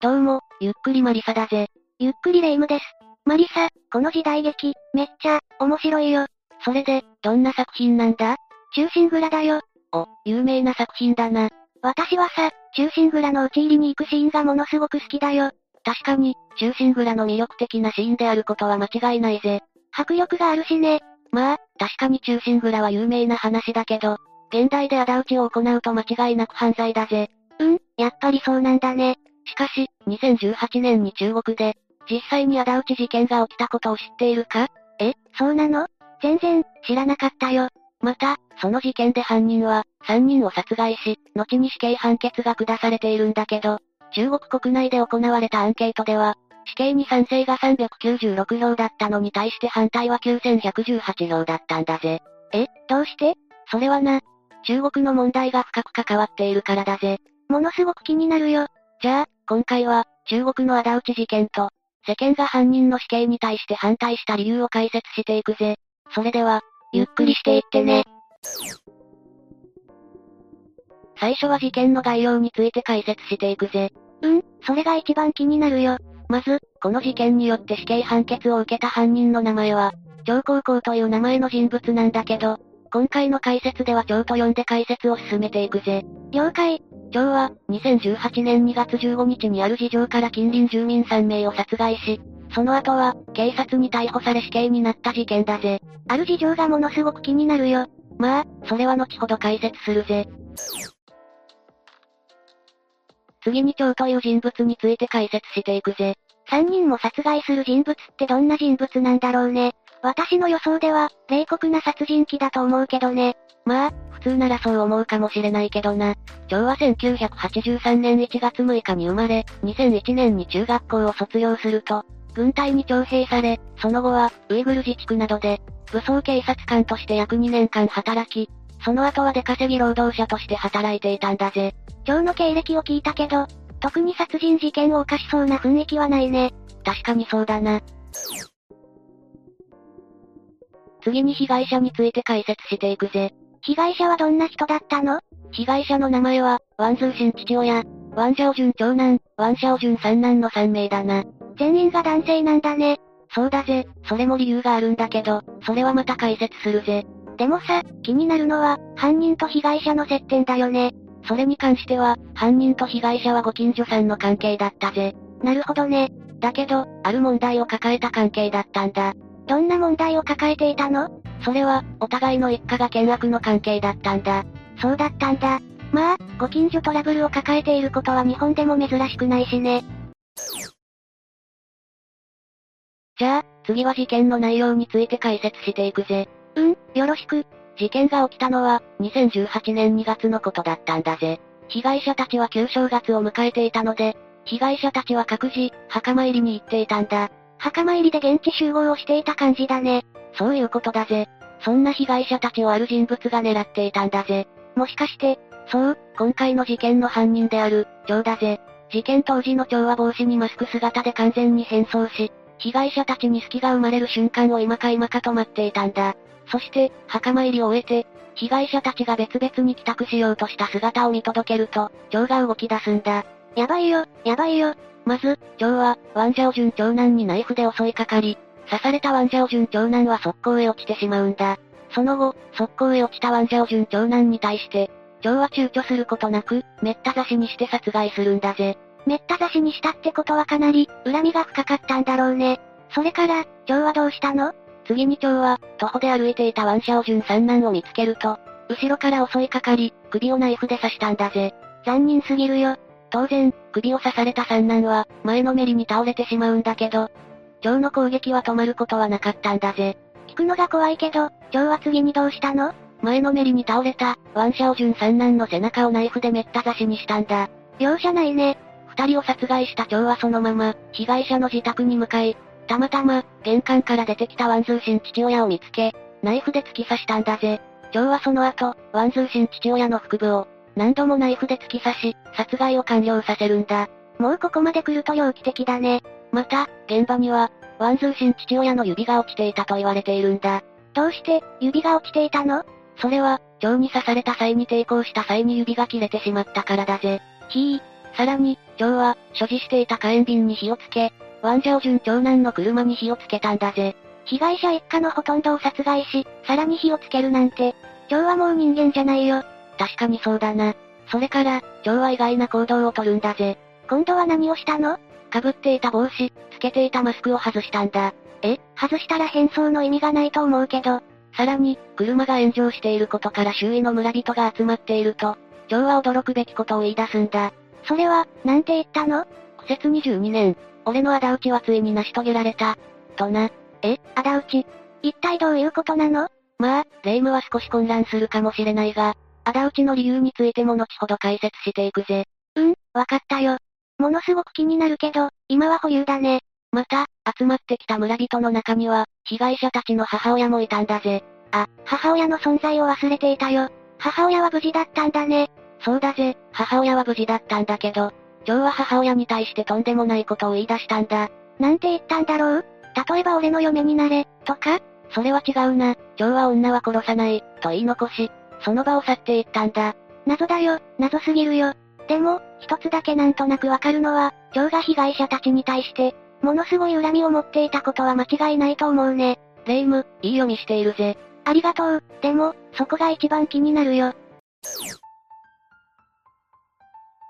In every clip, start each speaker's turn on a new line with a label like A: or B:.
A: どうも、ゆっくりマリサだぜ。
B: ゆっくりレ夢ムです。マリサ、この時代劇、めっちゃ、面白いよ。
A: それで、どんな作品なんだ
B: 忠臣蔵だよ。
A: お、有名な作品だな。
B: 私はさ、忠臣蔵の討ち入りに行くシーンがものすごく好きだよ。
A: 確かに、忠臣蔵の魅力的なシーンであることは間違いないぜ。
B: 迫力があるしね。
A: まあ、確かに忠臣蔵は有名な話だけど、現代で仇討ちを行うと間違いなく犯罪だぜ。
B: うん、やっぱりそうなんだね。
A: しかし、2018年に中国で、実際に仇討ち事件が起きたことを知っているか
B: え、そうなの全然、知らなかったよ。
A: また、その事件で犯人は、3人を殺害し、後に死刑判決が下されているんだけど、中国国内で行われたアンケートでは、死刑に賛成が396票だったのに対して反対は9118票だったんだぜ。
B: え、どうして
A: それはな、中国の問題が深く関わっているからだぜ。
B: ものすごく気になるよ。
A: じゃあ、今回は、中国の仇討ち事件と、世間が犯人の死刑に対して反対した理由を解説していくぜ。それでは、ゆっくりしていってね。最初は事件の概要について解説していくぜ。
B: うん、それが一番気になるよ。
A: まず、この事件によって死刑判決を受けた犯人の名前は、張高校という名前の人物なんだけど、今回の解説では張と呼んで解説を進めていくぜ。
B: 了解。
A: 張は、2018年2月15日にある事情から近隣住民3名を殺害し、その後は、警察に逮捕され死刑になった事件だぜ。
B: ある事情がものすごく気になるよ。
A: まあ、それは後ほど解説するぜ。次に張という人物について解説していくぜ。
B: 3人も殺害する人物ってどんな人物なんだろうね。私の予想では、冷酷な殺人鬼だと思うけどね。
A: まあ、普通ならそう思うかもしれないけどな。張は1983年1月6日に生まれ、2001年に中学校を卒業すると、軍隊に徴兵され、その後は、ウイグル自治区などで、武装警察官として約2年間働き、その後は出稼ぎ労働者として働いていたんだぜ。
B: 張の経歴を聞いたけど、特に殺人事件を犯しそうな雰囲気はないね。
A: 確かにそうだな。次に被害者について解説していくぜ。
B: 被害者はどんな人だったの
A: 被害者の名前は、ワンズーシン父親、ワンシャオジュン長男、ワンシャオジュン三男の3名だな。
B: 全員が男性なんだね。
A: そうだぜ、それも理由があるんだけど、それはまた解説するぜ。
B: でもさ、気になるのは、犯人と被害者の接点だよね。
A: それに関しては、犯人と被害者はご近所さんの関係だったぜ。
B: なるほどね。
A: だけど、ある問題を抱えた関係だったんだ。
B: どんな問題を抱えていたの
A: それは、お互いの一家が険悪の関係だったんだ。
B: そうだったんだ。まあ、ご近所トラブルを抱えていることは日本でも珍しくないしね。
A: じゃあ、次は事件の内容について解説していくぜ。
B: うん、よろしく。
A: 事件が起きたのは、2018年2月のことだったんだぜ。被害者たちは旧正月を迎えていたので、被害者たちは各自、墓参りに行っていたんだ。
B: 墓参りで現地集合をしていた感じだね。
A: そういうことだぜ。そんな被害者たちをある人物が狙っていたんだぜ。
B: もしかして、
A: そう、今回の事件の犯人である、長だぜ。事件当時の長は帽子にマスク姿で完全に変装し、被害者たちに隙が生まれる瞬間を今か今かと待っていたんだ。そして、墓参りを終えて、被害者たちが別々に帰宅しようとした姿を見届けると、長が動き出すんだ。
B: やばいよ、やばいよ。
A: まず、長は、ワンジャオジュン長男にナイフで襲いかかり、刺されたワンジャオジュン長男は速攻へ落ちてしまうんだ。その後、速攻へ落ちたワンジャオジュン長男に対して、長は躊躇することなく、めった刺しにして殺害するんだぜ。
B: めった刺しにしたってことはかなり、恨みが深かったんだろうね。それから、長はどうしたの
A: 次に長は、徒歩で歩いていたワンシャオジュン三男を見つけると、後ろから襲いかかり、首をナイフで刺したんだぜ。
B: 残忍すぎるよ。
A: 当然、首を刺された三男は、前のめりに倒れてしまうんだけど、長の攻撃は止まることはなかったんだぜ。
B: 聞くのが怖いけど、長は次にどうしたの
A: 前のめりに倒れた、ワンシャオジュン三男の背中をナイフでめった刺しにしたんだ。
B: 容赦ないね。
A: 二人を殺害した長はそのまま、被害者の自宅に向かい、たまたま、玄関から出てきたワンズーシン父親を見つけ、ナイフで突き刺したんだぜ。長はその後、ワンズーシン父親の腹部を、何度もナイフで突き刺し、殺害を完了させるんだ。
B: もうここまで来ると猟奇的だね。
A: また、現場には、ワンズーシン父親の指が落ちていたと言われているんだ。
B: どうして、指が落ちていたの
A: それは、蝶に刺された際に抵抗した際に指が切れてしまったからだぜ。
B: ひー。
A: さらに、長は、所持していた火炎瓶に火をつけ、ワンジャオジュン長男の車に火をつけたんだぜ。
B: 被害者一家のほとんどを殺害し、さらに火をつけるなんて、蝶はもう人間じゃないよ。
A: 確かにそうだな。それから、蝶は意外な行動をとるんだぜ。
B: 今度は何をしたの
A: かぶっていた帽子、つけていたマスクを外したんだ。
B: え外したら変装の意味がないと思うけど。
A: さらに、車が炎上していることから周囲の村人が集まっていると、蝶は驚くべきことを言い出すんだ。
B: それは、なんて言ったの
A: 苦節22年、俺の仇討ちはついに成し遂げられた。とな。
B: え、仇討ち一体どういうことなの
A: まあ、霊夢は少し混乱するかもしれないが、仇討ちの理由についても後ほど解説していくぜ。
B: うん、わかったよ。ものすごく気になるけど、今は保留だね。
A: また、集まってきた村人の中には、被害者たちの母親もいたんだぜ。
B: あ、母親の存在を忘れていたよ。母親は無事だったんだね。
A: そうだぜ、母親は無事だったんだけど、蝶は母親に対してとんでもないことを言い出したんだ。
B: なんて言ったんだろう例えば俺の嫁になれ、とか
A: それは違うな、蝶は女は殺さない、と言い残し、その場を去っていったんだ。
B: 謎だよ、謎すぎるよ。でも、一つだけなんとなくわかるのは、蝶が被害者たちに対して、ものすごい恨みを持っていたことは間違いないと思うね。
A: レイム、いい読みしているぜ。
B: ありがとう、でも、そこが一番気になるよ。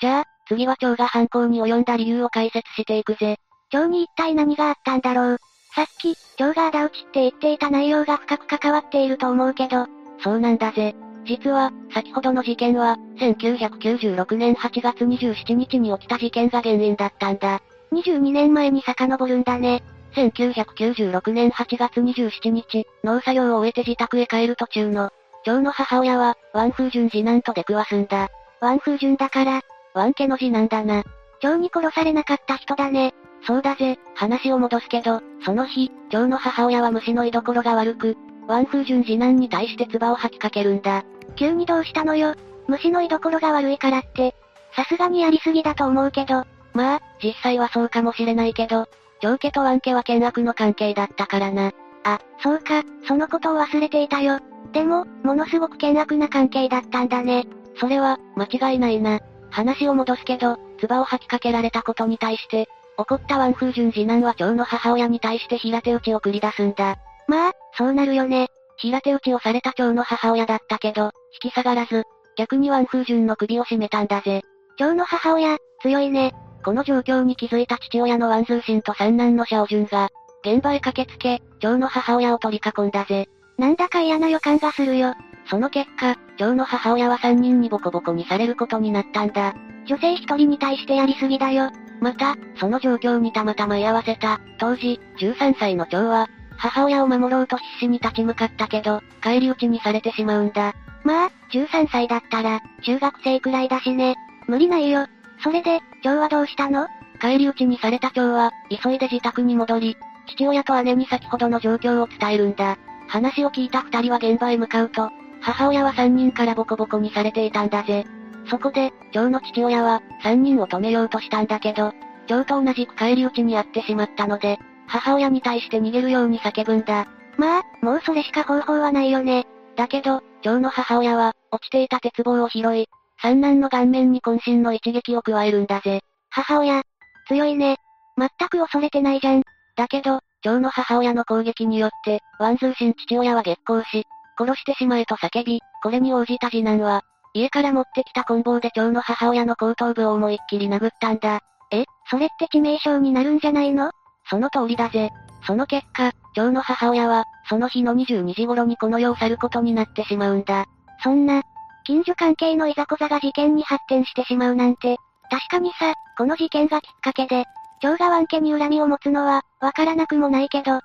A: じゃあ、次は蝶が犯行に及んだ理由を解説していくぜ。
B: 蝶に一体何があったんだろう。さっき、蝶が仇討ちって言っていた内容が深く関わっていると思うけど。
A: そうなんだぜ。実は、先ほどの事件は、1996年8月27日に起きた事件が原因だったんだ。
B: 22年前に遡るんだね。
A: 1996年8月27日、農作業を終えて自宅へ帰る途中の、蝶の母親は、ワン風順次男と出くわすんだ。
B: ワン風順だから、
A: ワン家の次男だな。
B: 蝶に殺されなかった人だね。
A: そうだぜ、話を戻すけど、その日、蝶の母親は虫の居所が悪く、ワン風順次男に対して唾を吐きかけるんだ。
B: 急にどうしたのよ。虫の居所が悪いからって、さすがにやりすぎだと思うけど。
A: まあ、実際はそうかもしれないけど、長家とワン家は険悪の関係だったからな。
B: あ、そうか、そのことを忘れていたよ。でも、ものすごく険悪な関係だったんだね。
A: それは、間違いないな。話を戻すけど、唾を吐きかけられたことに対して、怒ったワン風順次男は蝶の母親に対して平手打ちを繰り出すんだ。
B: まあ、そうなるよね。
A: 平手打ちをされた蝶の母親だったけど、引き下がらず、逆にワン風順の首を絞めたんだぜ。
B: 蝶の母親、強いね。
A: この状況に気づいた父親のワンズーシンと三男のシャオジュンが、現場へ駆けつけ、蝶の母親を取り囲んだぜ。
B: なんだか嫌な予感がするよ。
A: その結果、蝶の母親は三人にボコボコにされることになったんだ。
B: 女性一人に対してやりすぎだよ。
A: また、その状況にたまたま居合わせた、当時、13歳の蝶は、母親を守ろうと必死に立ち向かったけど、返り討ちにされてしまうんだ。
B: まあ、13歳だったら、中学生くらいだしね。無理ないよ。それで、蝶はどうしたの
A: 返り討ちにされた蝶は、急いで自宅に戻り、父親と姉に先ほどの状況を伝えるんだ。話を聞いた二人は現場へ向かうと、母親は三人からボコボコにされていたんだぜ。そこで、蝶の父親は、三人を止めようとしたんだけど、蝶と同じく返り討ちにあってしまったので、母親に対して逃げるように叫ぶんだ。
B: まあ、もうそれしか方法はないよね。
A: だけど、蝶の母親は、落ちていた鉄棒を拾い、三男の顔面に渾身の一撃を加えるんだぜ。
B: 母親、強いね。全く恐れてないじゃん。
A: だけど、蝶の母親の攻撃によって、ワンズーシン父親は激高し、殺してしまえと叫び、これに応じた次男は、家から持ってきた棍棒で蝶の母親の後頭部を思いっきり殴ったんだ。
B: え、それって致命傷になるんじゃないの
A: その通りだぜ。その結果、蝶の母親は、その日の22時頃にこの世を去ることになってしまうんだ。
B: そんな、近所関係のいざこざが事件に発展してしまうなんて、確かにさ、この事件がきっかけで、蝶がワン家に恨みを持つのは、わからなくもないけど、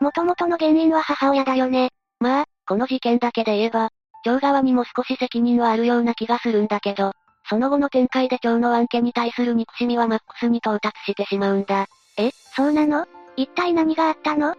B: 元々の原因は母親だよね。
A: まあ、この事件だけで言えば、蝶側にも少し責任はあるような気がするんだけど、その後の展開で蝶のワン家に対する憎しみはマックスに到達してしまうんだ。
B: え、そうなの一体何があったの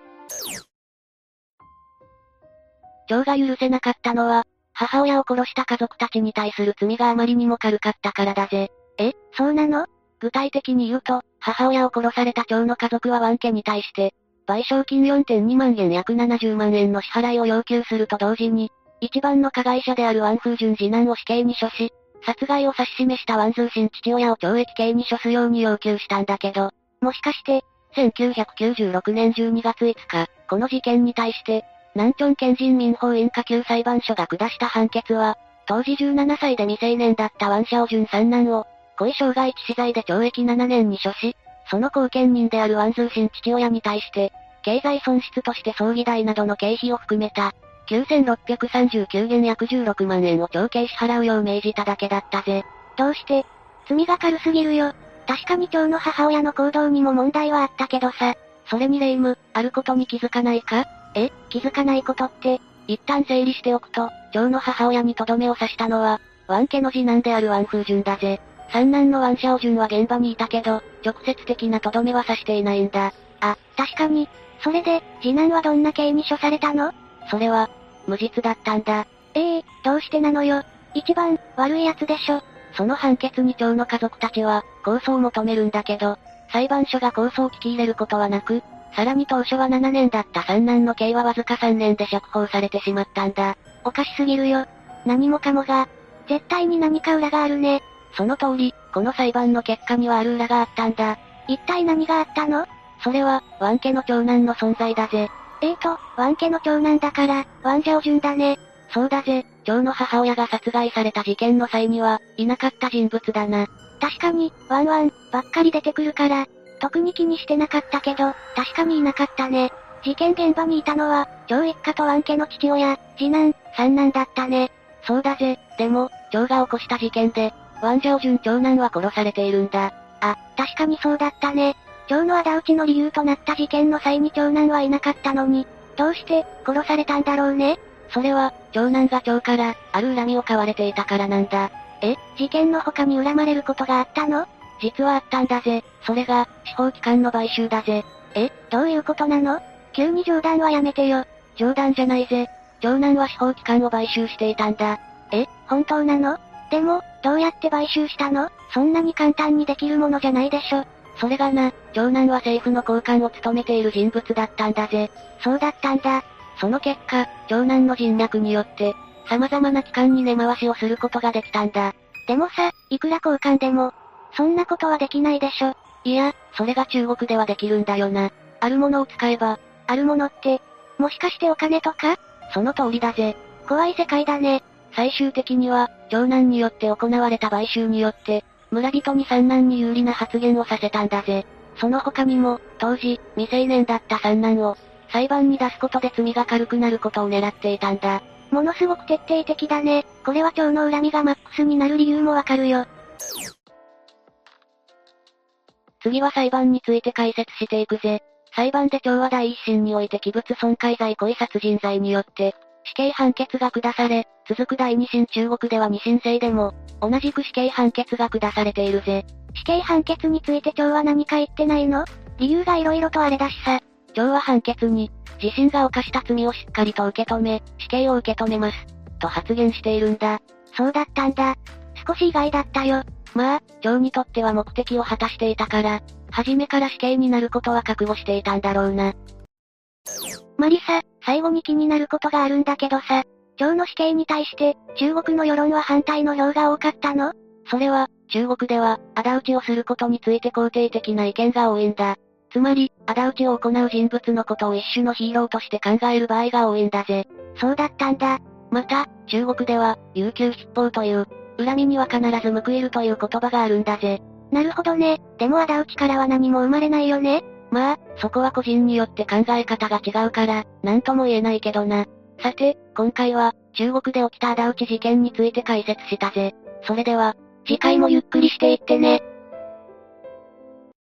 A: 蝶が許せなかったのは、母親を殺した家族たちに対する罪があまりにも軽かったからだぜ。
B: え、そうなの
A: 具体的に言うと、母親を殺された長の家族はワン家に対して、賠償金4.2万円約70万円の支払いを要求すると同時に、一番の加害者であるワン風順次男を死刑に処し、殺害を指し示したワンズーシン父親を懲役刑に処すように要求したんだけど、
B: もしかして、
A: 1996年12月5日、この事件に対して、南京県人民法院下級裁判所が下した判決は、当時17歳で未成年だったワンシャオジュン三男を、故意傷害致死罪で懲役7年に処し、その後見人であるワンズーシン父親に対して、経済損失として葬儀代などの経費を含めた、9639元約16万円を徴刑支払うよう命じただけだったぜ。
B: どうして罪が軽すぎるよ。確かに蝶の母親の行動にも問題はあったけどさ。
A: それにレイム、あることに気づかないか
B: え気づかないことって、
A: 一旦整理しておくと、蝶の母親にとどめを刺したのは、ワン家の次男であるワン風順だぜ。三男のワンシャオジュンは現場にいたけど、直接的なとどめは刺していないんだ。
B: あ、確かに。それで、次男はどんな刑に処されたの
A: それは、無実だったんだ。
B: ええー、どうしてなのよ。一番、悪いやつでしょ。
A: その判決に蝶の家族たちは、控訴を求めるんだけど、裁判所が控訴を聞き入れることはなく、さらに当初は7年だった三男の刑はわずか3年で釈放されてしまったんだ。
B: おかしすぎるよ。何もかもが、絶対に何か裏があるね。
A: その通り、この裁判の結果にはある裏があったんだ。
B: 一体何があったの
A: それは、ワン家の長男の存在だぜ。
B: ええー、と、ワン家の長男だから、ワンジャオジュンだね。
A: そうだぜ、長の母親が殺害された事件の際には、いなかった人物だな。
B: 確かに、ワンワン、ばっかり出てくるから、特に気にしてなかったけど、確かにいなかったね。事件現場にいたのは、長一家とワン家の父親、次男、三男だったね。
A: そうだぜ、でも、長が起こした事件で、ワンジャオジュン長男は殺されているんだ。
B: あ、確かにそうだったね。長の仇討ちの理由となった事件の際に長男はいなかったのに、どうして、殺されたんだろうね。
A: それは、長男が長から、ある恨みを買われていたからなんだ。
B: え、事件の他に恨まれることがあったの
A: 実はあったんだぜ。それが、司法機関の買収だぜ。
B: え、どういうことなの急に冗談はやめてよ。
A: 冗談じゃないぜ。長男は司法機関を買収していたんだ。
B: え、本当なのでも、どうやって買収したのそんなに簡単にできるものじゃないでしょ。
A: それがな、長男は政府の高官を務めている人物だったんだぜ。
B: そうだったんだ。
A: その結果、長男の人脈によって、様々な機関に根回しをすることができたんだ。
B: でもさ、いくら交換でも、そんなことはできないでしょ。
A: いや、それが中国ではできるんだよな。あるものを使えば、
B: あるものって、もしかしてお金とか
A: その通りだぜ。
B: 怖い世界だね。
A: 最終的には、長男によって行われた買収によって、村人に三男に有利な発言をさせたんだぜ。その他にも、当時、未成年だった三男を、裁判に出すことで罪が軽くなることを狙っていたんだ。
B: ものすごく徹底的だね。これは蝶の恨みがマックスになる理由もわかるよ。
A: 次は裁判について解説していくぜ。裁判で蝶は第一審において器物損壊罪故意殺人罪によって、死刑判決が下され、続く第二審中国では二審制でも、同じく死刑判決が下されているぜ。
B: 死刑判決について蝶は何か言ってないの理由が色々とあれだしさ。
A: 長は判決に、自身が犯した罪をしっかりと受け止め、死刑を受け止めます。と発言しているんだ。
B: そうだったんだ。少し意外だったよ。
A: まあ、長にとっては目的を果たしていたから、初めから死刑になることは覚悟していたんだろうな。
B: マリサ、最後に気になることがあるんだけどさ、長の死刑に対して、中国の世論は反対の票が多かったの
A: それは、中国では、仇討ちをすることについて肯定的な意見が多いんだ。つまり、仇討ちを行う人物のことを一種のヒーローとして考える場合が多いんだぜ。
B: そうだったんだ。
A: また、中国では、有給筆法という、恨みには必ず報いるという言葉があるんだぜ。
B: なるほどね。でも仇討ちからは何も生まれないよね。
A: まあ、そこは個人によって考え方が違うから、なんとも言えないけどな。さて、今回は、中国で起きた仇討ち事件について解説したぜ。それでは、
B: 次回もゆっくりしていってね。